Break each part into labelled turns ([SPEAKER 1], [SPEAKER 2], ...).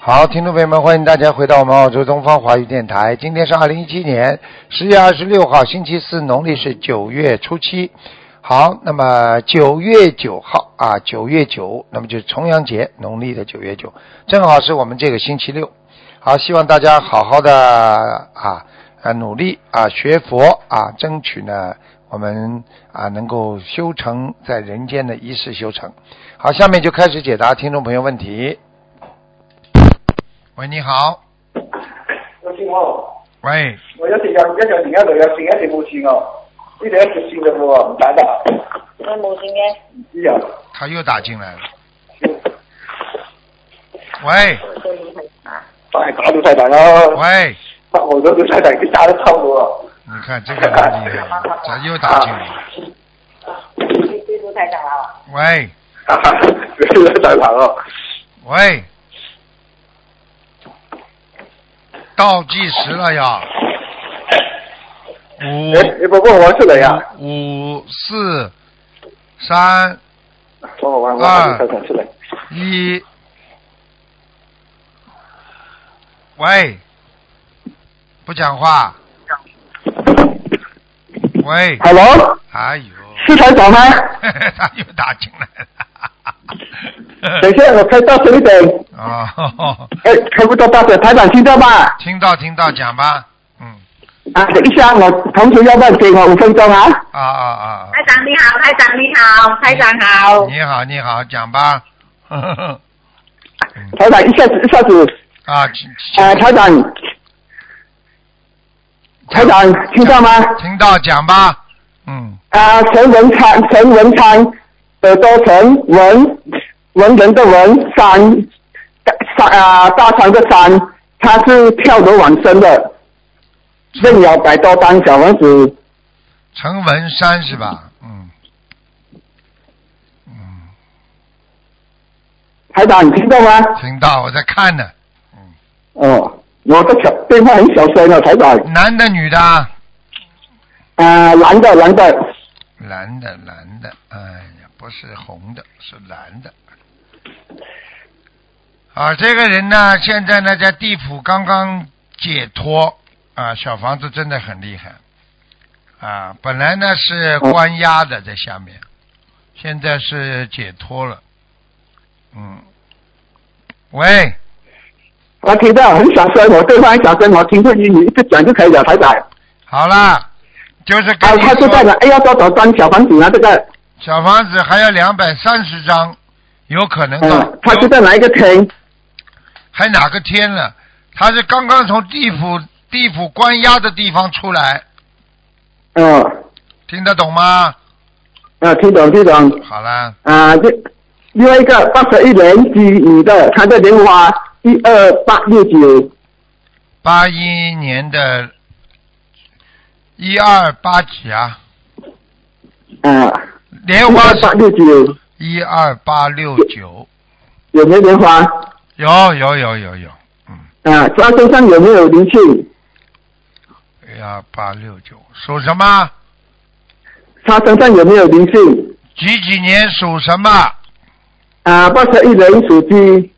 [SPEAKER 1] 好，听众朋友们，欢迎大家回到我们澳洲东方华语电台。今天是二零一七年十月二十六号，星期四，农历是九月初七。好，那么九月九号啊，九月九，那么就是重阳节，农历的九月九，正好是我们这个星期六。好，希望大家好好的啊啊努力啊学佛啊，争取呢我们啊能够修成在人间的一世修成。好，下面就开始解答听众朋友问题。喂，你好。
[SPEAKER 2] 有信號，
[SPEAKER 1] 喂，
[SPEAKER 2] 我一時間一樣而家度有線，一直冇線喎。呢度一直線嘅喎，唔打得，
[SPEAKER 3] 我冇線嘅，
[SPEAKER 2] 唔知啊。
[SPEAKER 1] 他又打进来了。喂
[SPEAKER 3] 所以係啊，
[SPEAKER 2] 但係打到晒大啦，
[SPEAKER 1] 喂，
[SPEAKER 2] 北韓嗰度晒大，佢打得抽喎。
[SPEAKER 1] 你看这个人厉害，咋又打进来了？
[SPEAKER 3] 你對住台長啦，
[SPEAKER 1] 喂
[SPEAKER 2] 啊 佢大棚啊！
[SPEAKER 1] 喂，倒计时了呀！五
[SPEAKER 2] 你你冇幫我揾出嚟啊？
[SPEAKER 1] 五四三
[SPEAKER 2] 幫我揾我揾啲出嚟。
[SPEAKER 1] 一，喂，不讲话。喂，
[SPEAKER 4] Hello，
[SPEAKER 1] 哎呦，
[SPEAKER 4] 是台长吗？
[SPEAKER 1] 他又打进来
[SPEAKER 4] 等
[SPEAKER 1] 了。
[SPEAKER 4] 一下，我开大声一点。
[SPEAKER 1] 哦，
[SPEAKER 4] 哎，开不到大声，台长听到吧？
[SPEAKER 1] 听到听到，讲吧。嗯，
[SPEAKER 4] 啊，等一下，我同学要不要给我五分钟啊？
[SPEAKER 1] 啊啊啊！
[SPEAKER 3] 台長你好，台長你好，台長好，
[SPEAKER 1] 你好，你好，讲吧。 啊，
[SPEAKER 4] 台长一下子一下子，
[SPEAKER 1] 请
[SPEAKER 4] 啊，台长，台长听到吗？
[SPEAKER 1] 听到讲吧。嗯，
[SPEAKER 4] 啊，陈文昌，陈文昌，耳朵陈文，文人的文，山，山啊，大山的山，他是跳楼往生的，任摇摆多当小王子。
[SPEAKER 1] 陈文山是吧？嗯，嗯，
[SPEAKER 4] 台长，你听到吗？
[SPEAKER 1] 听到，我在看呢。
[SPEAKER 4] 哦，我的小电话很小声啊，台长。
[SPEAKER 1] 男的，女的啊？
[SPEAKER 4] 啊、男的，男的，
[SPEAKER 1] 蓝的，蓝的，哎呀，不是红的，是蓝的。啊，这个人呢，现在呢在地府刚刚解脱啊，小房子真的很厉害啊。本来呢是关押的在下面，现在是解脱了。嗯，喂，
[SPEAKER 4] 我听到很小声，我对话很小声，我听不清，你一直讲就可以了，台长。啊，
[SPEAKER 1] 好啦，就是跟你
[SPEAKER 4] 他就在
[SPEAKER 1] 说
[SPEAKER 4] 了，哎呀，多少张小房子啊？这个，
[SPEAKER 1] 小房子还要两百三十张，有可能
[SPEAKER 4] 嗯、
[SPEAKER 1] 到。
[SPEAKER 4] 他
[SPEAKER 1] 有
[SPEAKER 4] 就在哪一个村？
[SPEAKER 1] 还哪个天了？他是刚刚从地府地府关押的地方出来，
[SPEAKER 4] 嗯、
[SPEAKER 1] 听得懂吗？
[SPEAKER 4] 啊，听懂听懂。
[SPEAKER 1] 好了，
[SPEAKER 4] 啊，这另外一个八十一年鸡女的，她的莲花一二八六九，
[SPEAKER 1] 八一年的一二八几啊？
[SPEAKER 4] 啊，
[SPEAKER 1] 莲花
[SPEAKER 4] 八
[SPEAKER 1] 是
[SPEAKER 4] 六九，
[SPEAKER 1] 一二八六九，
[SPEAKER 4] 有没有莲花？
[SPEAKER 1] 有有有有有，嗯，
[SPEAKER 4] 啊，她身上有没有灵性？
[SPEAKER 1] 一二八六九属什么？
[SPEAKER 4] 她身上有没有灵性？
[SPEAKER 1] 几几年属什么？
[SPEAKER 4] 啊，八十一人属鸡，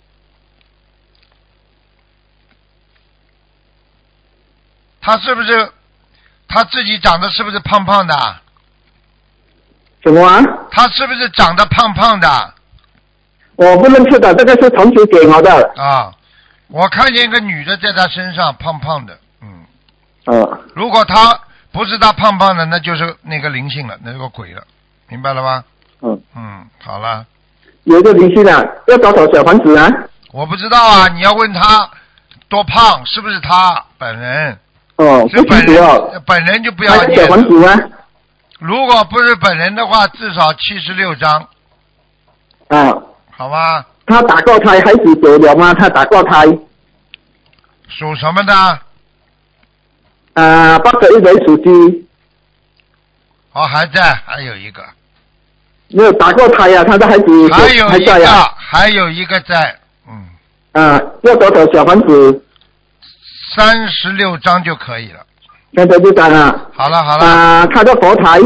[SPEAKER 1] 他是不是他自己长得是不是胖胖的？啊
[SPEAKER 4] 什么啊？
[SPEAKER 1] 他是不是长得胖胖的？
[SPEAKER 4] 我不认识的，这个是同学给我的。
[SPEAKER 1] 啊，我看见一个女的在他身上胖胖的，嗯，
[SPEAKER 4] 哦，
[SPEAKER 1] 如果她不是她胖胖的，那就是那个灵性了，那个鬼了，明白了吗？
[SPEAKER 4] 嗯，
[SPEAKER 1] 嗯，好了，
[SPEAKER 4] 有一个灵性啊，要找找小房子啊。
[SPEAKER 1] 我不知道啊，你要问她多胖是不是她本人？
[SPEAKER 4] 哦，
[SPEAKER 1] 是
[SPEAKER 4] 不
[SPEAKER 1] 本
[SPEAKER 4] 清楚哦。
[SPEAKER 1] 人，本人就不
[SPEAKER 4] 还
[SPEAKER 1] 要
[SPEAKER 4] 是小
[SPEAKER 1] 念
[SPEAKER 4] 房
[SPEAKER 1] 了。
[SPEAKER 4] 子啊吗？
[SPEAKER 1] 如果不是本人的话，至少七十六张，
[SPEAKER 4] 啊，
[SPEAKER 1] 好吗？
[SPEAKER 4] 他打过胎，孩子走了吗？他打过胎。
[SPEAKER 1] 属什么的？
[SPEAKER 4] 啊，八十一人属鸡，
[SPEAKER 1] 哦，还在，还有一个，
[SPEAKER 4] 没有打过胎啊，他的孩子
[SPEAKER 1] 还有
[SPEAKER 4] 还
[SPEAKER 1] 一
[SPEAKER 4] 在
[SPEAKER 1] 个
[SPEAKER 4] 啊。，
[SPEAKER 1] 还有一个在，嗯，
[SPEAKER 4] 啊，要找找小房子，
[SPEAKER 1] 三十六张就可以了。
[SPEAKER 4] 现在就讲啊。
[SPEAKER 1] 好了好了。
[SPEAKER 4] 啊，他的佛台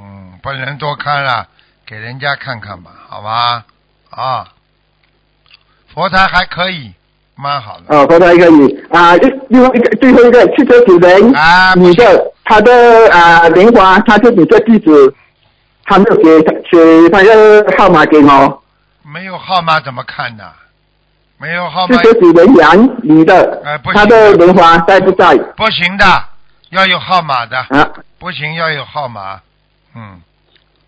[SPEAKER 1] 嗯，不能多看了，给人家看看吧，好吧？啊，佛台还可以，蛮好的。
[SPEAKER 4] 呃，回答一个你啊，另另外一个最后一个汽车主人
[SPEAKER 1] 啊不
[SPEAKER 4] 你的他的啊莲花，他自己的地址，他没有给给他的号码给我，
[SPEAKER 1] 没有号码怎么看呢？没有号
[SPEAKER 4] 汽
[SPEAKER 1] 码
[SPEAKER 4] 车主人杨你的
[SPEAKER 1] 哎不，行
[SPEAKER 4] 他的莲花在不在
[SPEAKER 1] 不行的，要有号码的，
[SPEAKER 4] 啊？
[SPEAKER 1] 不行要有号码。嗯，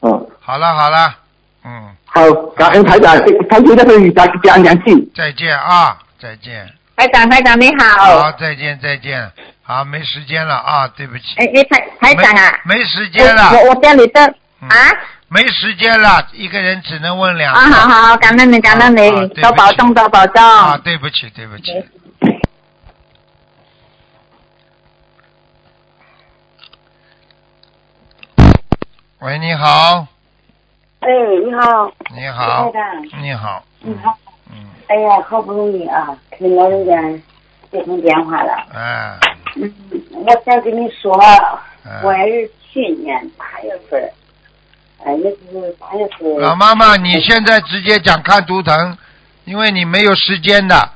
[SPEAKER 4] 哦，
[SPEAKER 1] 好了好了，嗯，
[SPEAKER 4] 好，感恩台长，台长在这里讲讲两句，
[SPEAKER 1] 再见啊，再见，
[SPEAKER 3] 台长台长你
[SPEAKER 1] 好，
[SPEAKER 4] 啊
[SPEAKER 3] 好，
[SPEAKER 1] 再见再见，好，没时间了啊，对不起，
[SPEAKER 3] 哎哎台台长啊，
[SPEAKER 1] 没没时间
[SPEAKER 4] 哎
[SPEAKER 1] 了，
[SPEAKER 3] 我我家里的
[SPEAKER 1] 嗯
[SPEAKER 3] 啊
[SPEAKER 1] 没时间了，一个人只能问两
[SPEAKER 3] 啊，好
[SPEAKER 1] 个。
[SPEAKER 3] 好好，感恩你感恩你
[SPEAKER 1] 啊啊对不起，
[SPEAKER 3] 多保重多保重。
[SPEAKER 1] 啊，对不起对不起。喂，你好，
[SPEAKER 5] 哎，你好，
[SPEAKER 1] 你好
[SPEAKER 5] 亲爱，
[SPEAKER 1] 你好，
[SPEAKER 5] 你好，
[SPEAKER 1] 嗯，
[SPEAKER 5] 哎呀，好不容易啊，跟老人家接通电话了。
[SPEAKER 1] 哎，
[SPEAKER 5] 嗯，我想跟你说，呃
[SPEAKER 1] 哎
[SPEAKER 5] 我儿去年八月份儿，哎，也就是八月份儿，
[SPEAKER 1] 老啊妈妈，你现在直接讲看图腾，因为你没有时间的。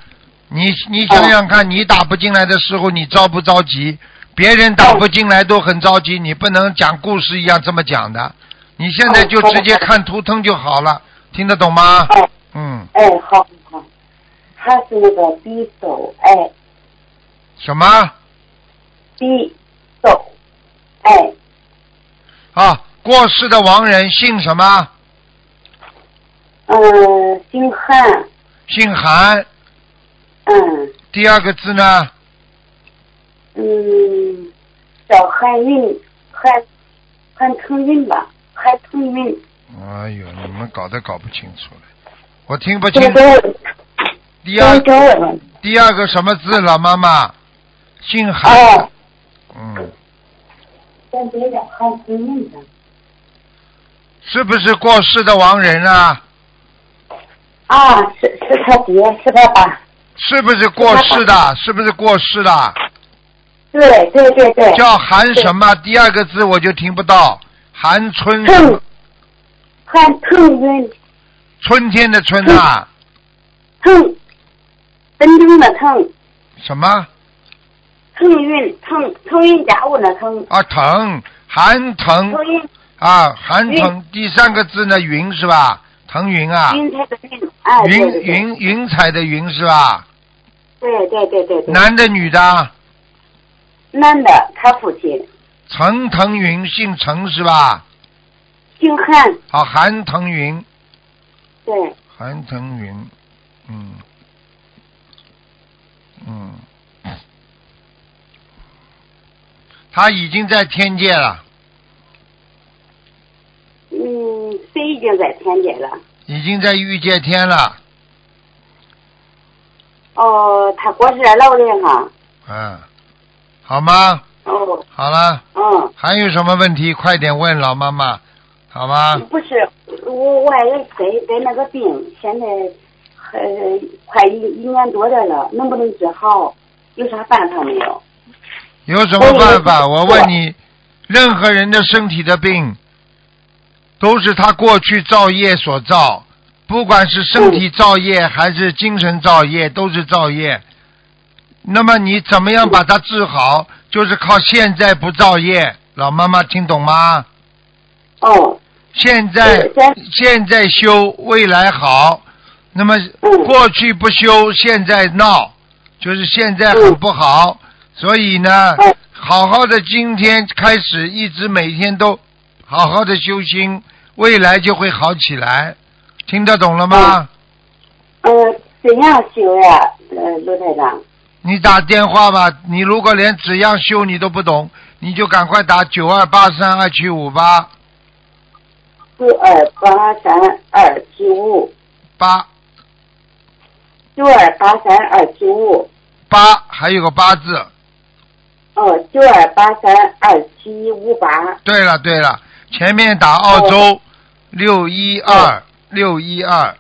[SPEAKER 1] 你你想想看，你打不进来的时候，你着不着急？别人打不进来都很着急，你不能讲故事一样这么讲的。你现在就直接看图腾就好了，听得懂吗？
[SPEAKER 5] 哎
[SPEAKER 1] 嗯，
[SPEAKER 5] 哎，好好，他是那个鼻窦，哎，
[SPEAKER 1] 什么
[SPEAKER 5] 鼻窦，哎，
[SPEAKER 1] 啊？过世的亡人姓什么？
[SPEAKER 5] 嗯，姓韩，
[SPEAKER 1] 姓韩，
[SPEAKER 5] 嗯
[SPEAKER 1] 第二个字呢？
[SPEAKER 5] 嗯，叫韩云，韩韩腾云吧，韩腾云。
[SPEAKER 1] 哎呦，你们搞都搞不清楚了，我听不
[SPEAKER 5] 这
[SPEAKER 1] 清。
[SPEAKER 5] 个
[SPEAKER 1] 第二
[SPEAKER 5] 给我们，
[SPEAKER 1] 第二个什么字？老妈妈，姓韩。
[SPEAKER 5] 哎，
[SPEAKER 1] 嗯，
[SPEAKER 5] 咱别的还挺硬的。
[SPEAKER 1] 是不是过世的亡人啊？
[SPEAKER 5] 啊，是是他爹，是他爸，
[SPEAKER 1] 是不是过世的？是不是过世的？
[SPEAKER 5] 对对对对，
[SPEAKER 1] 叫韩什么？第二个字我就听不到。韩春，
[SPEAKER 5] 腾，韩腾云
[SPEAKER 1] 春天的春啊？
[SPEAKER 5] 腾，真正的腾，
[SPEAKER 1] 什么
[SPEAKER 5] 腾云腾腾云驾雾的腾，
[SPEAKER 1] 啊？腾，韩腾
[SPEAKER 5] 腾云
[SPEAKER 1] 啊，韩腾。第三个字呢？云是吧？腾云啊，
[SPEAKER 5] 云彩的云，哎，对
[SPEAKER 1] 云
[SPEAKER 5] 对对，
[SPEAKER 1] 云云彩的云是吧？
[SPEAKER 5] 对对对对对，
[SPEAKER 1] 男的啊女的？
[SPEAKER 5] 男的他父亲
[SPEAKER 1] 陈腾云，姓陈是吧？
[SPEAKER 5] 姓韩，
[SPEAKER 1] 啊，韩腾云，
[SPEAKER 5] 对，
[SPEAKER 1] 韩腾云，嗯，嗯，他已经在天界了，
[SPEAKER 5] 嗯，谁已经在天界了？
[SPEAKER 1] 已经在欲界天了，
[SPEAKER 5] 哦，他果是老人哈，
[SPEAKER 1] 嗯，好吗？
[SPEAKER 5] 哦，
[SPEAKER 1] 好了，
[SPEAKER 5] 嗯。
[SPEAKER 1] 还有什么问题？快点问老妈妈，好吗？
[SPEAKER 5] 不是，我我爱人得得那个病，现在呃快一一年多的了，能不能治好？有啥办法没有？
[SPEAKER 1] 有什么办法？
[SPEAKER 5] 我
[SPEAKER 1] 我
[SPEAKER 5] 有
[SPEAKER 1] 问你，任何人的身体的病，都是他过去造业所造，不管是身体造业还是精神造业，都是造业。那么你怎么样把它治好？就是靠现在不造业。老妈妈听懂吗？
[SPEAKER 5] 哦，
[SPEAKER 1] 现在
[SPEAKER 5] 对对
[SPEAKER 1] 现在修，未来好。那么
[SPEAKER 5] 嗯
[SPEAKER 1] 过去不修，现在闹，就是现在很不好。所以呢
[SPEAKER 5] 嗯，
[SPEAKER 1] 好好的今天开始，一直每天都好好的修心，未来就会好起来。听得懂了
[SPEAKER 5] 嗯
[SPEAKER 1] 吗？
[SPEAKER 5] 呃，怎样修呀？呃，卢台长，
[SPEAKER 1] 你打电话吧。你如果连怎样修你都不懂，你就赶快打九二八三二七五八
[SPEAKER 5] 九二八三二七五，
[SPEAKER 1] 八
[SPEAKER 5] 九二八三二七五，
[SPEAKER 1] 八，还有个八字。
[SPEAKER 5] 哦，九二八三二七五八，
[SPEAKER 1] 对了对了，前面打澳
[SPEAKER 6] 哦
[SPEAKER 1] 洲六一二六一二，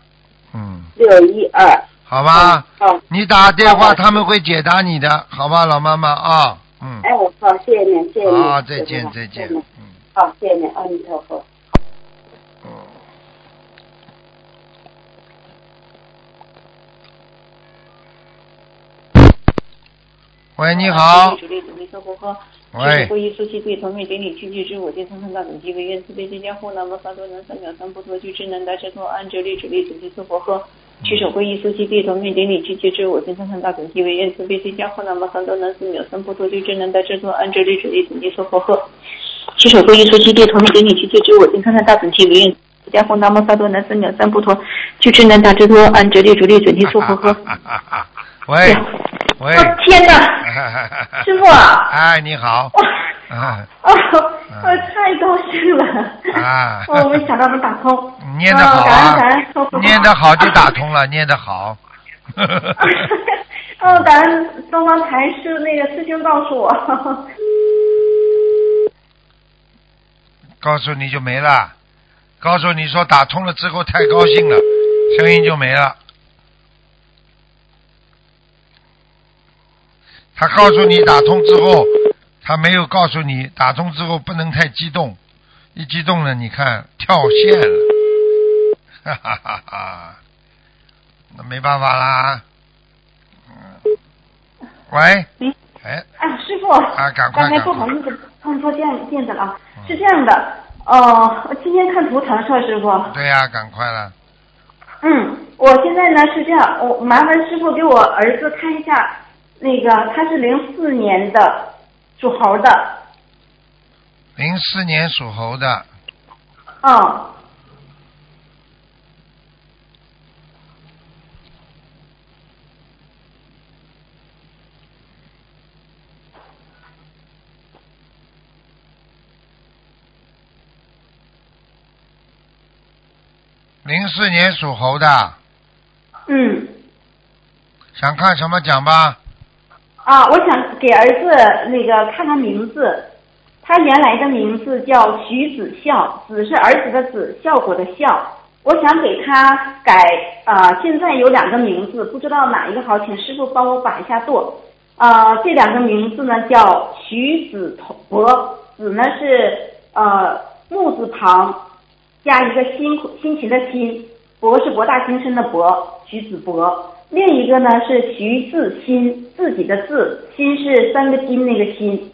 [SPEAKER 1] 嗯，
[SPEAKER 5] 六一二。
[SPEAKER 1] 好吧，
[SPEAKER 5] 哦，
[SPEAKER 1] 你打电
[SPEAKER 5] 好
[SPEAKER 1] 话
[SPEAKER 5] 的
[SPEAKER 1] 他们会解答你的，好吧，老妈妈啊，嗯，
[SPEAKER 5] 哎，好，谢谢您，谢谢您。
[SPEAKER 6] 哎
[SPEAKER 1] 好，啊再见再见，嗯
[SPEAKER 5] 哦好，谢谢您，阿弥陀佛。
[SPEAKER 1] 嗯。喂，你好。
[SPEAKER 6] 主力主力客户和
[SPEAKER 1] 喂
[SPEAKER 6] 会议书记对同命顶礼聚聚之我皆从上大总机为愿慈悲之家护南无萨多南三藐三菩提俱智南达智通安哲力主力主力娑婆诃。取手会议书记地同命顶礼聚聚之我皆从上大总机为愿慈悲之家护南无萨多南四藐三菩提俱智南达智通安哲力主力主力娑婆诃。取手会议书记地同命顶礼聚聚之我皆从上大总机为愿。家护南无萨多南三藐三菩提，俱智南达智多安哲力主力准提娑婆诃。
[SPEAKER 1] 喂喂，
[SPEAKER 6] 哦天哪！ 师傅
[SPEAKER 1] 哎，你好。
[SPEAKER 6] 哇
[SPEAKER 1] 啊
[SPEAKER 6] 哦，我太高兴了！ 哦
[SPEAKER 1] 啊
[SPEAKER 6] 我 没想到能打通。
[SPEAKER 1] 念得好
[SPEAKER 6] 哦感恩感恩
[SPEAKER 1] 啊，念得好就打。
[SPEAKER 6] 哦
[SPEAKER 1] 通了，念得好。
[SPEAKER 6] 哦，感恩东方台是那个师兄告诉我。 哎
[SPEAKER 1] 告诉你就没了，告诉你说打通了之后太高兴了，声音就没了。他告诉你打通之后，他没有告诉你打通之后不能太激动，一激动了你看跳线了， 哈哈哈哈，那没办法啦。嗯喂
[SPEAKER 6] 喂，
[SPEAKER 1] 哎，
[SPEAKER 6] 哎，师傅。
[SPEAKER 1] 啊赶快
[SPEAKER 6] 刚才
[SPEAKER 1] 赶快嗯
[SPEAKER 6] 不好意思，看错电电子了。是这样的，哦，我今天看图腾是吧，师傅。
[SPEAKER 1] 对呀、赶快了，
[SPEAKER 6] 嗯，我现在呢是这样，我麻烦师傅给我儿子看一下，那个他是零四年的，属猴的。
[SPEAKER 1] 零四年属猴的，
[SPEAKER 6] 嗯，
[SPEAKER 1] 零四年属猴的，
[SPEAKER 6] 嗯，
[SPEAKER 1] 想看什么讲吧？
[SPEAKER 6] 啊，我想给儿子那个看看名字，他原来的名字叫徐子孝，子是儿子的子，效果的效。我想给他改啊、呃现在有两个名字，不知道哪一个好，请师傅帮我把一下舵。啊、这两个名字呢叫徐子博，子呢是呃木字旁加一个辛苦辛勤的辛，博是博大精深的博，徐子博。另一个呢是徐自新，自己的自，新是三个金那个新，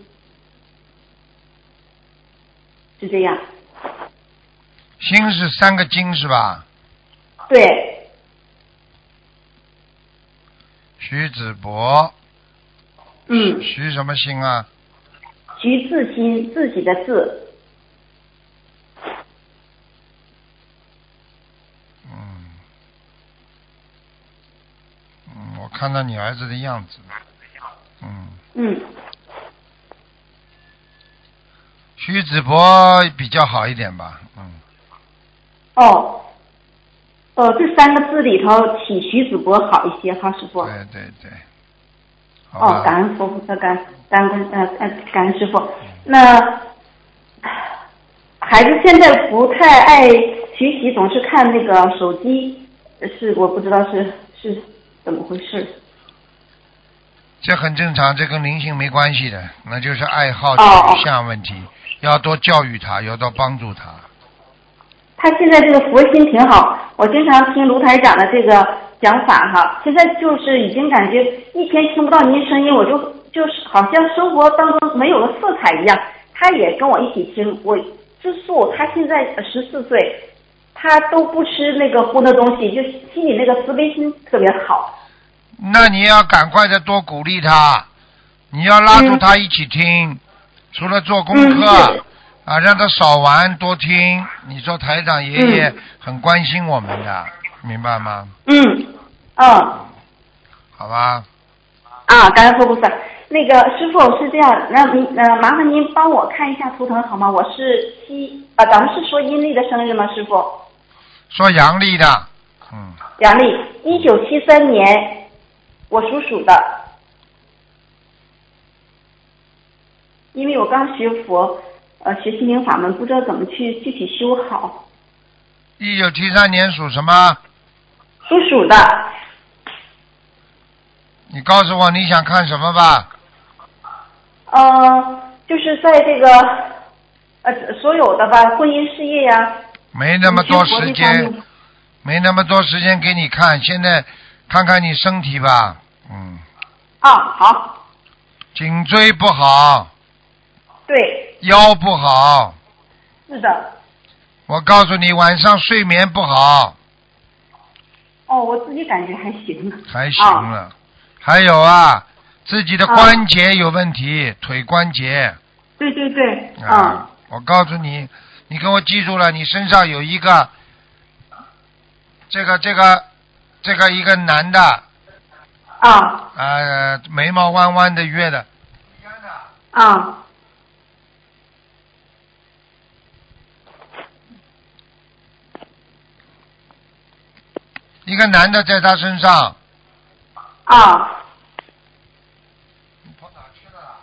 [SPEAKER 6] 是这样。
[SPEAKER 1] 心是三个金是吧？
[SPEAKER 6] 对，
[SPEAKER 1] 徐子博，
[SPEAKER 6] 嗯，
[SPEAKER 1] 徐什么星啊？
[SPEAKER 6] 徐自新，自己的自，
[SPEAKER 1] 嗯，嗯，我看到你儿子的样子了。嗯，
[SPEAKER 6] 嗯，
[SPEAKER 1] 徐子博比较好一点吧。嗯，
[SPEAKER 6] 哦，哦，这三个字里头起徐子博好一些哈，师傅。
[SPEAKER 1] 对对对。好
[SPEAKER 6] 哦，感
[SPEAKER 1] 吧。
[SPEAKER 6] 恩佛菩萨，感感恩呃呃感恩师傅。
[SPEAKER 1] 嗯
[SPEAKER 6] 那孩子现在不太爱学习，总是看那个手机，是我不知道是是怎么回事。
[SPEAKER 1] 这很正常，这跟灵性没关系的，那就是爱好
[SPEAKER 6] 哦
[SPEAKER 1] 取向问题，要多教育他，要多帮助他。
[SPEAKER 6] 他现在这个佛心挺好，我经常听卢台长的这个讲法哈，现在就是已经感觉一天听不到您声音，我就就是好像生活当中没有了色彩一样。他也跟我一起听，我吃素，他现在十四岁，他都不吃那个荤的东西，就心里那个慈悲心特别好。
[SPEAKER 1] 那你要赶快的多鼓励他，你要拉住他一起听，除了做功课、啊，让他少玩多听。你说台长爷爷很关心我们的，明白吗？
[SPEAKER 6] 嗯，嗯。
[SPEAKER 1] 好吧，
[SPEAKER 6] 啊，感恩佛菩萨。那个师傅是这样，那您呃，麻烦您帮我看一下图腾好吗？我是七啊，咱们是说阴历的生日吗？师傅，
[SPEAKER 1] 说阳历的，嗯，
[SPEAKER 6] 阳历一九七三年，我属鼠的。因为我刚学佛，呃，学心灵法门，不知道怎么去具体修好。
[SPEAKER 1] 一九七三年属什么？
[SPEAKER 6] 属鼠的，
[SPEAKER 1] 你告诉我你想看什么吧。
[SPEAKER 6] 呃，就是在这个呃所有的吧，婚姻事业呀、
[SPEAKER 1] 没那么多时
[SPEAKER 6] 学佛这方
[SPEAKER 1] 间
[SPEAKER 6] 面，
[SPEAKER 1] 没那么多时间给你看，现在看看你身体吧，嗯，
[SPEAKER 6] 啊，好，
[SPEAKER 1] 颈椎不好，
[SPEAKER 6] 对，
[SPEAKER 1] 腰不好，
[SPEAKER 6] 是的。
[SPEAKER 1] 我告诉你，晚上睡眠不好，
[SPEAKER 6] 哦，我自己感觉还行呢。
[SPEAKER 1] 还行
[SPEAKER 6] 哦
[SPEAKER 1] 了。还有啊，自己的关节有问题，腿关节
[SPEAKER 6] 对对对，哦
[SPEAKER 1] 啊。我告诉你，你给我记住了，你身上有一个，这个这个这个一个男的，
[SPEAKER 6] 嗯，啊
[SPEAKER 1] 呃，眉毛弯弯的月的，
[SPEAKER 6] 啊，
[SPEAKER 1] 一个男的在他身上。
[SPEAKER 6] 啊，
[SPEAKER 1] 你跑哪去了啦？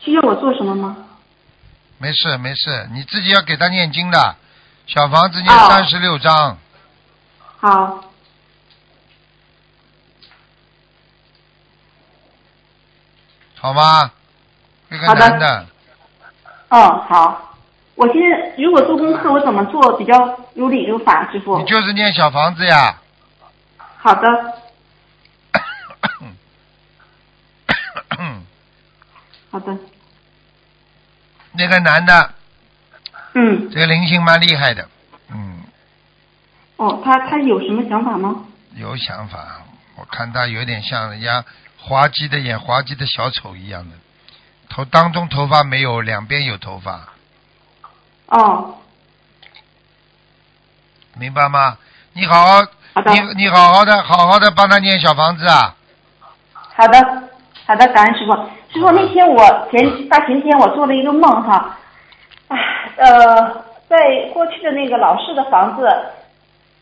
[SPEAKER 6] 需要我做什么吗？
[SPEAKER 1] 没事没事，你自己要给他念经的，小房子念
[SPEAKER 6] 哦
[SPEAKER 1] 三十六章，
[SPEAKER 6] 好，
[SPEAKER 1] 好吗？这个
[SPEAKER 6] 好的
[SPEAKER 1] 男的，
[SPEAKER 6] 嗯，好。我现在如果做功课，我怎么做比较如理如法，师傅
[SPEAKER 1] 你？就是念小房子 呀。
[SPEAKER 6] 好的，好的，
[SPEAKER 1] 那个男的，
[SPEAKER 6] 嗯，
[SPEAKER 1] 这个灵性蛮厉害的，嗯，
[SPEAKER 6] 哦，他他有什么想法吗？
[SPEAKER 1] 有想法。我看他有点像人家滑稽的演滑稽的小丑一样的，头当中头发没有，两边有头发，
[SPEAKER 6] 哦，
[SPEAKER 1] 明白吗？你好好，
[SPEAKER 6] 好的，
[SPEAKER 1] 你你好好的，好好的帮他念小房子啊。
[SPEAKER 6] 好的，好的，感恩师傅。师傅，那天我前大前天我做了一个梦哈，唉，呃，在过去的那个老式的房子，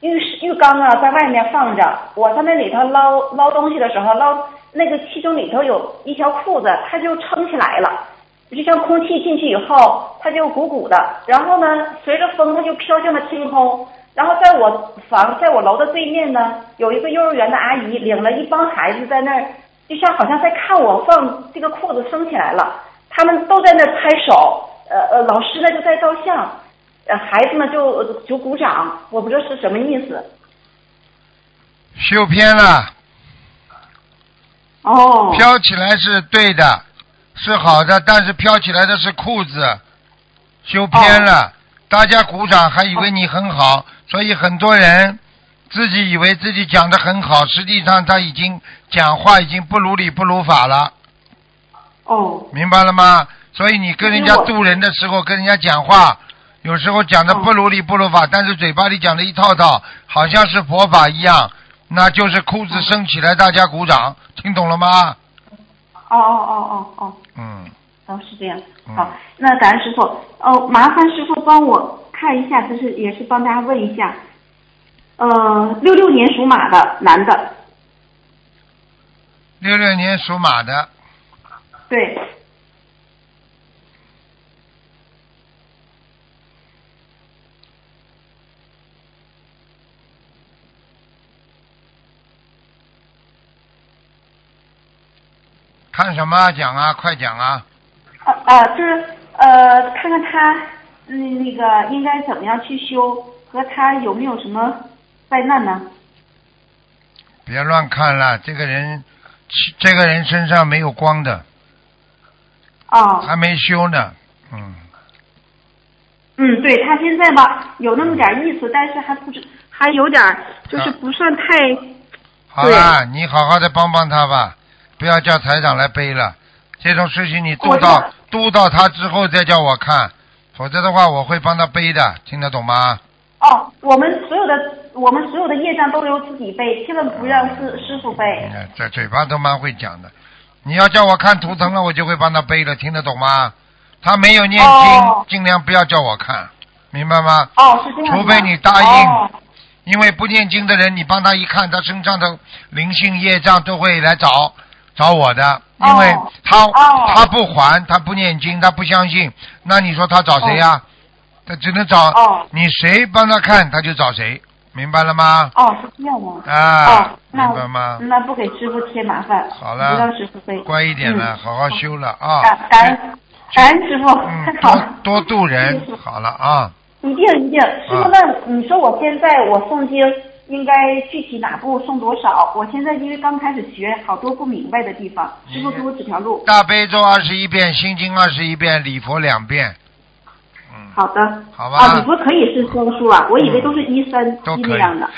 [SPEAKER 6] 浴室浴缸啊在外面放着，我在那里头捞捞东西的时候，捞那个其中里头有一条裤子，它就撑起来了。就像空气进去以后，它就鼓鼓的，然后呢，随着风它就飘向了天空。然后在我房，在我楼的对面呢，有一个幼儿园的阿姨领了一帮孩子在那儿，就像好像在看我放这个裤子升起来了，他们都在那儿拍手，呃呃，老师呢就在照相，呃，孩子们就呃就鼓掌，我不知道是什么意思。
[SPEAKER 1] 修偏了，
[SPEAKER 6] 哦
[SPEAKER 1] 飘起来是对的，是好的，但是飘起来的是裤子，修偏了。
[SPEAKER 6] 哦
[SPEAKER 1] 大家鼓掌还以为你很好，所以很多人自己以为自己讲的很好，实际上他已经讲话已经不如理不如法了，
[SPEAKER 6] 哦
[SPEAKER 1] 明白了吗？所以你跟人家
[SPEAKER 6] 因为我
[SPEAKER 1] 渡人的时候，跟人家讲话，有时候讲的
[SPEAKER 6] 哦
[SPEAKER 1] 不如理不如法，但是嘴巴里讲的一套套，好像是佛法一样，那就是裤子升起来，大家鼓掌，听懂了吗？
[SPEAKER 6] 哦哦哦哦哦，
[SPEAKER 1] 嗯。
[SPEAKER 6] 哦是这样。
[SPEAKER 1] 嗯
[SPEAKER 6] 好，那感恩师傅。哦，麻烦师傅帮我看一下，就是也是帮大家问一下，呃，六六年属马的男的，
[SPEAKER 1] 六六年属马的，
[SPEAKER 6] 对，
[SPEAKER 1] 看什么啊讲啊？快讲啊！
[SPEAKER 6] 啊啊，就是呃，看看他嗯那个应该怎么样去修，和他有没有什么灾难呢？
[SPEAKER 1] 别乱看了，这个人，这个人身上没有光的，
[SPEAKER 6] 哦，
[SPEAKER 1] 还没修呢。嗯，
[SPEAKER 6] 嗯，对他现在吧有那么点意思，但是还不是还有点儿就是
[SPEAKER 1] 啊
[SPEAKER 6] 不算太
[SPEAKER 1] 好了，你好好的帮帮他吧，不要叫台长来背了。这种事情你
[SPEAKER 6] 我
[SPEAKER 1] 督
[SPEAKER 6] 知
[SPEAKER 1] 到
[SPEAKER 6] 道
[SPEAKER 1] 督到他之后再叫我看，否则的话我会帮他背的，听得懂吗？
[SPEAKER 6] 哦，我们所有的我们所有的业障都由自己背，千万不让师师傅背。
[SPEAKER 1] 嗯，这嘴巴都蛮会讲的。你要叫我看图腾了，我就会帮他背了，听得懂吗？他没有念经，
[SPEAKER 6] 哦
[SPEAKER 1] 尽量不要叫我看，明白吗？
[SPEAKER 6] 哦，是这样的。
[SPEAKER 1] 除非你答应
[SPEAKER 6] 哦
[SPEAKER 1] 因为不念经的人，你帮他一看，他身上的灵性业障都会来找找我的，因为
[SPEAKER 6] 哦
[SPEAKER 1] 他、
[SPEAKER 6] 哦
[SPEAKER 1] 他不还，他不念经，他不相信，那你说他找谁呀、他只能找、
[SPEAKER 6] 哦
[SPEAKER 1] 你谁帮他看，他就找谁，明白了吗？
[SPEAKER 6] 哦，是这样的。
[SPEAKER 1] 啊，
[SPEAKER 6] 哦，
[SPEAKER 1] 明白吗
[SPEAKER 6] 那？那不给师傅添麻烦，
[SPEAKER 1] 好了
[SPEAKER 6] 不让师傅背。
[SPEAKER 1] 乖一点了，
[SPEAKER 6] 嗯
[SPEAKER 1] 好好修了啊。
[SPEAKER 6] 感感恩感恩师傅，太
[SPEAKER 1] 嗯，
[SPEAKER 6] 好了，
[SPEAKER 1] 多多度人
[SPEAKER 6] 谢谢，
[SPEAKER 1] 好了啊。
[SPEAKER 6] 一定一定。师傅，
[SPEAKER 1] 啊
[SPEAKER 6] 那你说我现在我诵经，应该具体哪步送多少？我现在因为刚开始学，好多不明白的地方，师傅给我指条路。
[SPEAKER 1] 大悲咒二十一遍，心经二十一遍，礼佛两遍。嗯，
[SPEAKER 6] 好的。
[SPEAKER 1] 好吧嗯
[SPEAKER 6] 啊，你说可以是生疏啊？我以为都是一三
[SPEAKER 1] 都
[SPEAKER 6] 一
[SPEAKER 1] 可
[SPEAKER 6] 那
[SPEAKER 1] 以
[SPEAKER 6] 样的。，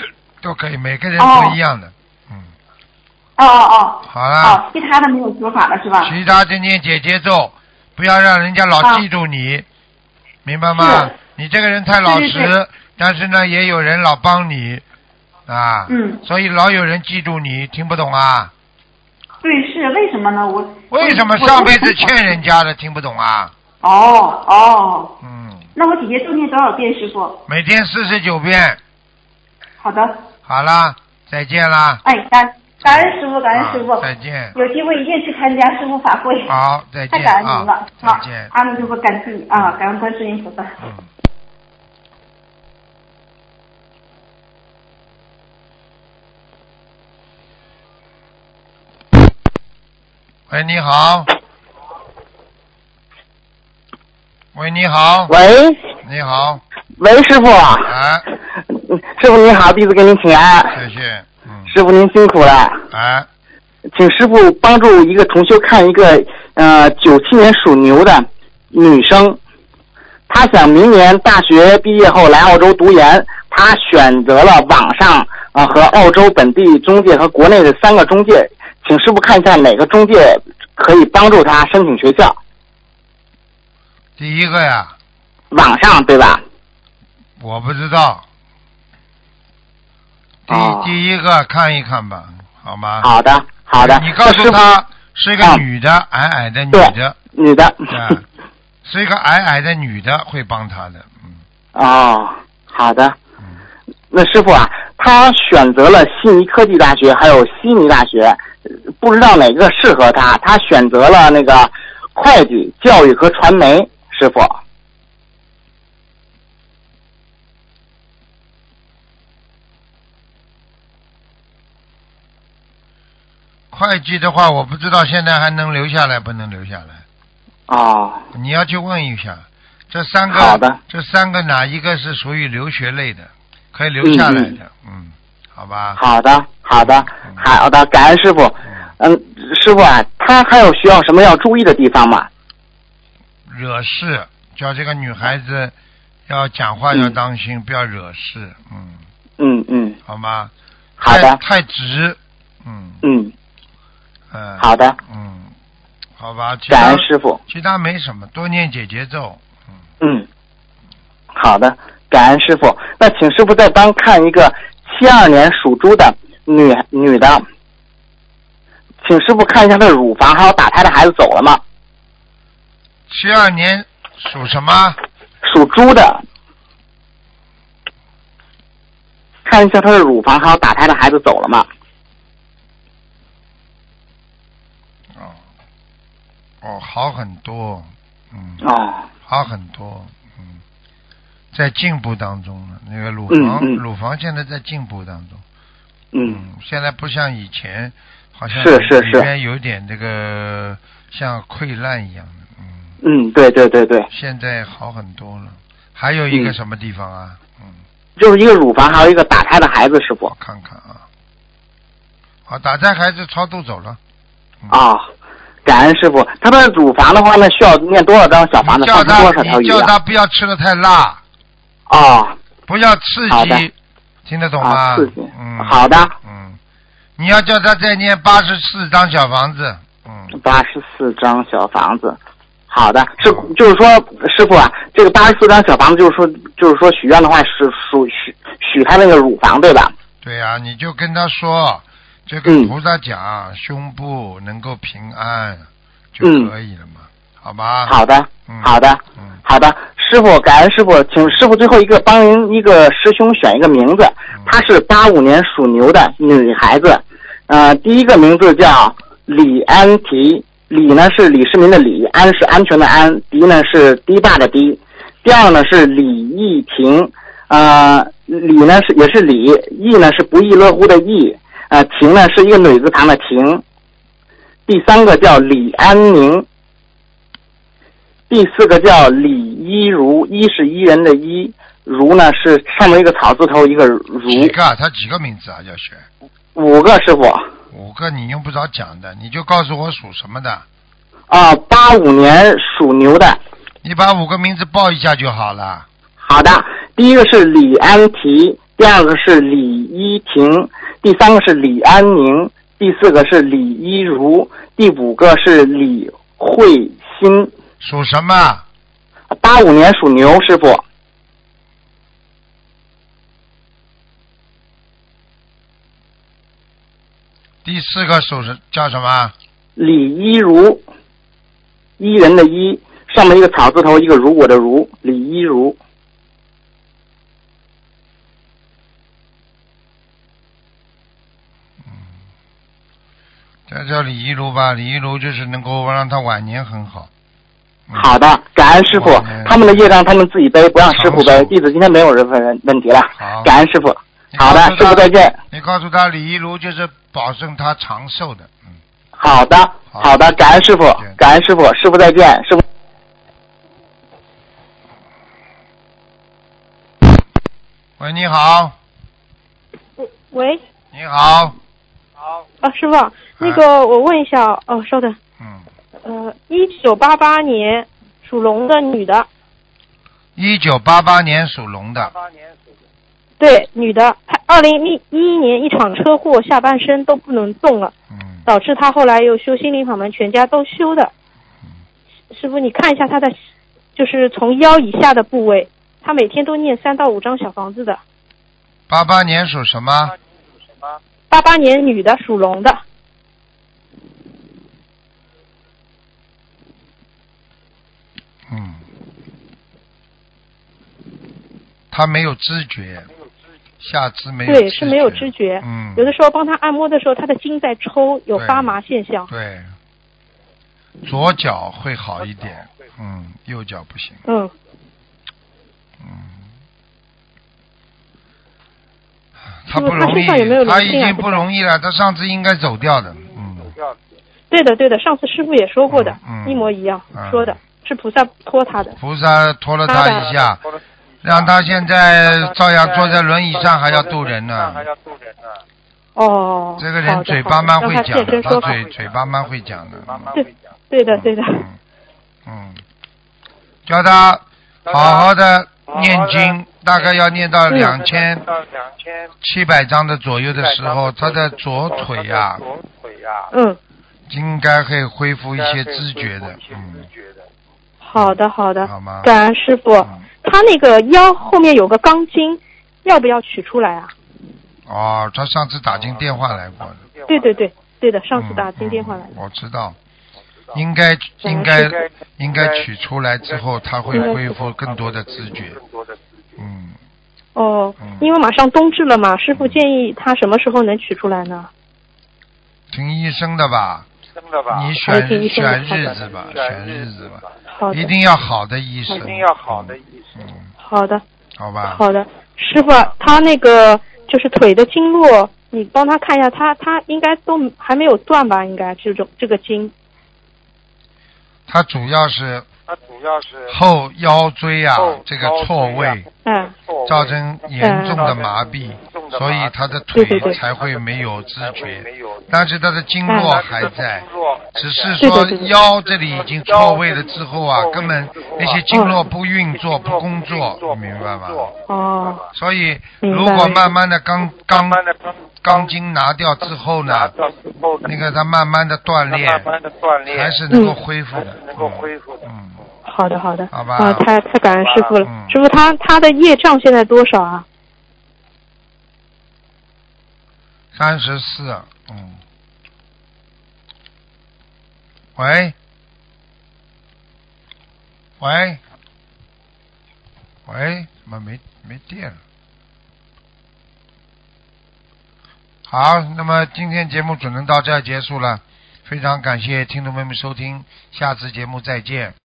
[SPEAKER 1] 都可以，每个人不一样的。嗯，
[SPEAKER 6] 哦哦
[SPEAKER 1] 好
[SPEAKER 6] 哦，
[SPEAKER 1] 啦，
[SPEAKER 6] 哦，其他的没有说法了是吧？
[SPEAKER 1] 其他就念姐姐咒，不要让人家老
[SPEAKER 6] 啊
[SPEAKER 1] 记住你，明白吗
[SPEAKER 6] 是？
[SPEAKER 1] 你这个人太老实，
[SPEAKER 6] 对对
[SPEAKER 1] 但是呢，也有人老帮你啊，
[SPEAKER 6] 嗯
[SPEAKER 1] 所以老有人记住你，听不懂啊？
[SPEAKER 6] 对，是为什么呢？我
[SPEAKER 1] 为什么上辈子欠人？家的听不懂啊？
[SPEAKER 6] 我哦哦，
[SPEAKER 1] 嗯，
[SPEAKER 6] 那我姐姐咒念多少遍，师傅？
[SPEAKER 1] 每天四十九遍，
[SPEAKER 6] 好的，
[SPEAKER 1] 好啦，再见啦，
[SPEAKER 6] 哎，感感恩师傅，感恩师傅，
[SPEAKER 1] 啊再见
[SPEAKER 6] 有机会一定去参加师傅法会。
[SPEAKER 1] 好，再
[SPEAKER 6] 太
[SPEAKER 1] 见
[SPEAKER 6] 感恩您了
[SPEAKER 1] 啊，，
[SPEAKER 6] 好
[SPEAKER 1] 再见，，
[SPEAKER 6] 阿弥陀佛，感谢你啊，感恩观世音菩萨。
[SPEAKER 1] 嗯。喂，你好。喂，你好，
[SPEAKER 4] 喂
[SPEAKER 1] 你好，
[SPEAKER 4] 喂，师傅啊，
[SPEAKER 1] 哎，
[SPEAKER 4] 师傅您好，弟子给您请安，
[SPEAKER 1] 谢谢，嗯，
[SPEAKER 4] 师傅您辛苦了。
[SPEAKER 1] 哎，
[SPEAKER 4] 请师傅帮助一个同修看一个呃九七年属牛的女生，她想明年大学毕业后来澳洲读研，她选择了网上啊、呃和澳洲本地中介和国内的三个中介，请师傅看一下哪个中介可以帮助她申请学校。
[SPEAKER 1] 第一个呀，
[SPEAKER 4] 网上对吧？
[SPEAKER 1] 我不知道。第、
[SPEAKER 4] 哦
[SPEAKER 1] 第一个看一看吧，好吗？
[SPEAKER 4] 好的，好的。
[SPEAKER 1] 啊你告诉
[SPEAKER 4] 那师啊
[SPEAKER 1] 他是个女的，矮矮的女的，
[SPEAKER 4] 傅女的。
[SPEAKER 1] 啊，是一个矮矮的女的会帮他的，嗯
[SPEAKER 4] 哦，好的。
[SPEAKER 1] 嗯，
[SPEAKER 4] 那师傅啊，他选择了悉尼科技大学，还有悉尼大学，呃不知道哪个适合他。他选择了那个会计、教育和传媒。师傅，
[SPEAKER 1] 会计的话，我不知道现在还能留下来不能留下来，
[SPEAKER 4] 哦，
[SPEAKER 1] 你要去问一下，这三个，
[SPEAKER 4] 好的
[SPEAKER 1] 这三个哪一个是属于留学类的，可以留下来的，嗯好吧，
[SPEAKER 4] 好的，好的，好的，感恩师傅。
[SPEAKER 1] 嗯
[SPEAKER 4] 嗯，师傅啊，他还有需要什么要注意的地方吗？
[SPEAKER 1] 惹事，叫这个女孩子要讲话要当心，不要惹事，嗯，
[SPEAKER 4] 嗯嗯，
[SPEAKER 1] 好吗？
[SPEAKER 4] 好的
[SPEAKER 1] 太太直，嗯
[SPEAKER 4] 嗯，
[SPEAKER 1] 嗯，
[SPEAKER 4] 好的，
[SPEAKER 1] 嗯，好吧，其
[SPEAKER 4] 感
[SPEAKER 1] 他
[SPEAKER 4] 恩师傅。
[SPEAKER 1] 其他没什么，多念姐姐咒。
[SPEAKER 4] 嗯，好的，感恩师傅。那请师傅再帮看一个七二年属猪的女女的，请师傅看一下她的乳房，还有打胎的孩子走了吗？
[SPEAKER 1] 七二年属什么？
[SPEAKER 4] 属猪的，看一下她的乳房，还有打胎的孩子走了吗？
[SPEAKER 1] 哦，哦，好很多，嗯，
[SPEAKER 4] 哦，
[SPEAKER 1] 好很多，嗯，在进步当中了。那个乳房，
[SPEAKER 4] 嗯嗯
[SPEAKER 1] 乳房现在在进步当中，
[SPEAKER 4] 嗯，，
[SPEAKER 1] 现在不像以前，好像
[SPEAKER 4] 是是
[SPEAKER 1] 里
[SPEAKER 4] 是
[SPEAKER 1] 边有点这个像溃烂一样的，嗯，
[SPEAKER 4] 嗯，对对对对，
[SPEAKER 1] 现在好很多了。还有一个
[SPEAKER 4] 嗯
[SPEAKER 1] 什么地方啊？嗯
[SPEAKER 4] 就是一个乳房，还有一个打胎的孩子，师傅
[SPEAKER 1] 我。看看啊。好，打胎孩子超度走了。
[SPEAKER 4] 啊、感恩师傅。她的乳房的话呢，需要念多少张小房
[SPEAKER 1] 你
[SPEAKER 4] 子，
[SPEAKER 1] 叫
[SPEAKER 4] 放
[SPEAKER 1] 他
[SPEAKER 4] 多少，条
[SPEAKER 1] 你
[SPEAKER 4] 鱼
[SPEAKER 1] 叫
[SPEAKER 4] 啊？
[SPEAKER 1] 他不要吃的太辣，
[SPEAKER 4] 哦，
[SPEAKER 1] 不要刺
[SPEAKER 4] 好
[SPEAKER 1] 激
[SPEAKER 4] 的，
[SPEAKER 1] 听得懂
[SPEAKER 4] 啊，
[SPEAKER 1] 吗？
[SPEAKER 4] 刺激。
[SPEAKER 1] 嗯，
[SPEAKER 4] 好的，
[SPEAKER 1] 嗯，你要叫他再念八十四张小房子。嗯，
[SPEAKER 4] 八十四张小房子。好的，是
[SPEAKER 1] 嗯
[SPEAKER 4] 就是说，师傅啊，这个八十四张小房子，就是说，就是说许愿的话是属许许他那个乳房对吧？
[SPEAKER 1] 对呀、你就跟他说，就跟
[SPEAKER 4] 嗯
[SPEAKER 1] 菩萨讲，胸部能够平安就
[SPEAKER 4] 嗯
[SPEAKER 1] 可以了嘛，好吧？，
[SPEAKER 4] 好的，
[SPEAKER 1] 嗯，
[SPEAKER 4] 好的，
[SPEAKER 1] 嗯，
[SPEAKER 4] 好的，师傅，感恩师傅，请师傅最后一个帮您一个师兄选一个名字，她是八五年属牛的女孩子，呃，第一个名字叫李安迪，李呢是李世民的李，安是安全的安，迪呢是堤坝的堤，第二呢是李义婷，呃，李呢是也是李，义呢是不亦乐乎的义，呃，婷呢是一个女字旁的婷，第三个叫李安宁。第四个叫李一如，一是伊人的伊，
[SPEAKER 7] 如呢是上面一个草字头一个如，
[SPEAKER 1] 几个？他几个名字啊？要学
[SPEAKER 7] 五个师傅
[SPEAKER 1] 五个，你用不着讲的，你就告诉我属什么的，
[SPEAKER 7] 啊，八五年属牛的。
[SPEAKER 1] 你把五个名字报一下就好了。
[SPEAKER 7] 好的，第一个是李安提，第二个是李依婷，第三个是李安宁，第四个是李依如，第五个是李慧欣。
[SPEAKER 1] 属什么？
[SPEAKER 7] 八五年属牛，师傅。
[SPEAKER 1] 第四个属什叫什么？
[SPEAKER 7] 李依如，伊人的伊，上面一个草字头，一个如我的如，李依如。
[SPEAKER 1] 叫叫李一如吧，李一如就是能够让他晚年很好。嗯
[SPEAKER 7] 好的，感恩师傅
[SPEAKER 1] 好的，
[SPEAKER 7] 他们的业障他们自己背，不让师傅
[SPEAKER 1] 好好
[SPEAKER 7] 背。弟子今天没有人问问题了
[SPEAKER 1] 好，
[SPEAKER 7] 感恩师傅。
[SPEAKER 1] 你告
[SPEAKER 7] 好
[SPEAKER 1] 诉
[SPEAKER 7] 的
[SPEAKER 1] 他，
[SPEAKER 7] 师傅再见。
[SPEAKER 1] 你告诉他，李一如就是保证他长寿的。嗯，
[SPEAKER 7] 好的，
[SPEAKER 1] 好
[SPEAKER 7] 好的，感恩师傅
[SPEAKER 1] 再见，
[SPEAKER 7] 感恩师傅，师傅再见，师傅。
[SPEAKER 1] 喂，你好，
[SPEAKER 8] 喂，
[SPEAKER 1] 你好，
[SPEAKER 8] 啊，师傅，那
[SPEAKER 1] 啊
[SPEAKER 8] 个我问一下，哦，稍等，
[SPEAKER 1] 嗯，
[SPEAKER 8] 呃，一九八八年属龙的女的，
[SPEAKER 1] 一九八八年属龙的，
[SPEAKER 8] 对，女的，她二零一一年一场车祸，下半身都不能动了，
[SPEAKER 1] 嗯，
[SPEAKER 8] 导致她后来又修心灵法门，全家都修的。
[SPEAKER 1] 嗯
[SPEAKER 8] 师傅，你看一下她的，就是从腰以下的部位，她每天都念三到五张小房子的。
[SPEAKER 1] 八八年属什么？
[SPEAKER 8] 八八年女的，属龙的，
[SPEAKER 1] 嗯，他没有知觉，下肢没有
[SPEAKER 8] 对，是没有知觉。
[SPEAKER 1] 嗯，
[SPEAKER 8] 有的时候帮她按摩的时候，她的筋在抽，有
[SPEAKER 1] 对
[SPEAKER 8] 发麻现象。
[SPEAKER 1] 对，左脚会好一点，嗯，右脚不行，
[SPEAKER 8] 嗯，
[SPEAKER 1] 嗯。他
[SPEAKER 8] 师傅
[SPEAKER 1] 不容易，
[SPEAKER 8] 他身上有没有灵
[SPEAKER 1] 他已
[SPEAKER 8] 性啊
[SPEAKER 1] 经不容易了。他上次应该走掉的，嗯，
[SPEAKER 8] 对的，对的，上次师傅也说过的，
[SPEAKER 1] 嗯嗯
[SPEAKER 8] 一模一样、
[SPEAKER 1] 嗯
[SPEAKER 8] 说的，是菩萨托他的。
[SPEAKER 1] 菩萨拖了他一下，让他现在照样坐在轮椅上还要渡人呢。
[SPEAKER 8] 哦，
[SPEAKER 1] 这个
[SPEAKER 8] 好
[SPEAKER 1] 人
[SPEAKER 8] 的
[SPEAKER 1] 嘴巴蛮会
[SPEAKER 8] 好的
[SPEAKER 1] 讲
[SPEAKER 8] 让
[SPEAKER 1] 的，
[SPEAKER 8] 他现身说
[SPEAKER 1] 他
[SPEAKER 8] 法。
[SPEAKER 1] 嘴嘴巴蛮会讲的。嗯
[SPEAKER 8] 对，对的，对的，
[SPEAKER 1] 嗯，嗯，叫他好好的念经，大概要念到两千七百章的左右的时候，他的左腿呀、
[SPEAKER 8] 嗯，
[SPEAKER 1] 应该会恢复一些知觉的，嗯，
[SPEAKER 8] 好的，好的，
[SPEAKER 1] 好吗？
[SPEAKER 8] 感恩师傅。
[SPEAKER 1] 嗯
[SPEAKER 8] 他那个腰后面有个钢筋，要不要取出来啊？
[SPEAKER 1] 哦，他上次打进电话来过的，
[SPEAKER 8] 对对对，对的，嗯上次打
[SPEAKER 1] 啊嗯
[SPEAKER 8] 进电话来的
[SPEAKER 1] 嗯。我知道，应该
[SPEAKER 8] 然
[SPEAKER 1] 应
[SPEAKER 8] 后
[SPEAKER 1] 该
[SPEAKER 8] 是
[SPEAKER 1] 应该取出来之后，他会恢复更多的知觉，嗯，
[SPEAKER 8] 哦
[SPEAKER 1] 嗯，
[SPEAKER 8] 因为马上冬至了嘛，师傅建议他什么时候能取出来呢？
[SPEAKER 1] 听医生的吧，你
[SPEAKER 8] 还是听
[SPEAKER 1] 选选
[SPEAKER 8] 医生的好
[SPEAKER 1] 日
[SPEAKER 8] 的
[SPEAKER 1] 子吧，选日子吧，
[SPEAKER 8] 好的
[SPEAKER 1] 一，定要好的医生，
[SPEAKER 8] 一
[SPEAKER 1] 定要好的医生，嗯，
[SPEAKER 8] 好的，
[SPEAKER 1] 好吧，
[SPEAKER 8] 好的，师傅，他那个就是腿的经络，你帮他看一下，他他应该都还没有断吧？应该这种这个经，
[SPEAKER 1] 他主要是后腰椎啊这个错位
[SPEAKER 8] 嗯，
[SPEAKER 1] 造成严重的麻痹，所以他的
[SPEAKER 8] 对
[SPEAKER 1] 腿
[SPEAKER 8] 对对
[SPEAKER 1] 才会没有知觉，但是他的经络还在，只是
[SPEAKER 8] 对
[SPEAKER 1] 说
[SPEAKER 8] 对对对
[SPEAKER 1] 腰这里已经错位了之后啊，根本那些经络不运作、不工作，你明白吗？
[SPEAKER 8] 哦，
[SPEAKER 1] 所以
[SPEAKER 8] 明白
[SPEAKER 1] 如果慢慢的钢钢钢筋拿掉之后呢，那个他慢慢的锻炼，还是能够恢复的，能够恢复的，嗯。
[SPEAKER 8] 好的好的，
[SPEAKER 1] 好吧
[SPEAKER 8] 啊，太太感恩师傅了，
[SPEAKER 1] 嗯
[SPEAKER 8] 师傅他他的业障现在多少啊？
[SPEAKER 1] 三十四，嗯。喂，喂，喂，怎么没没电了？好，那么今天节目只能到这儿结束了，非常感谢听众朋友们收听，下次节目再见。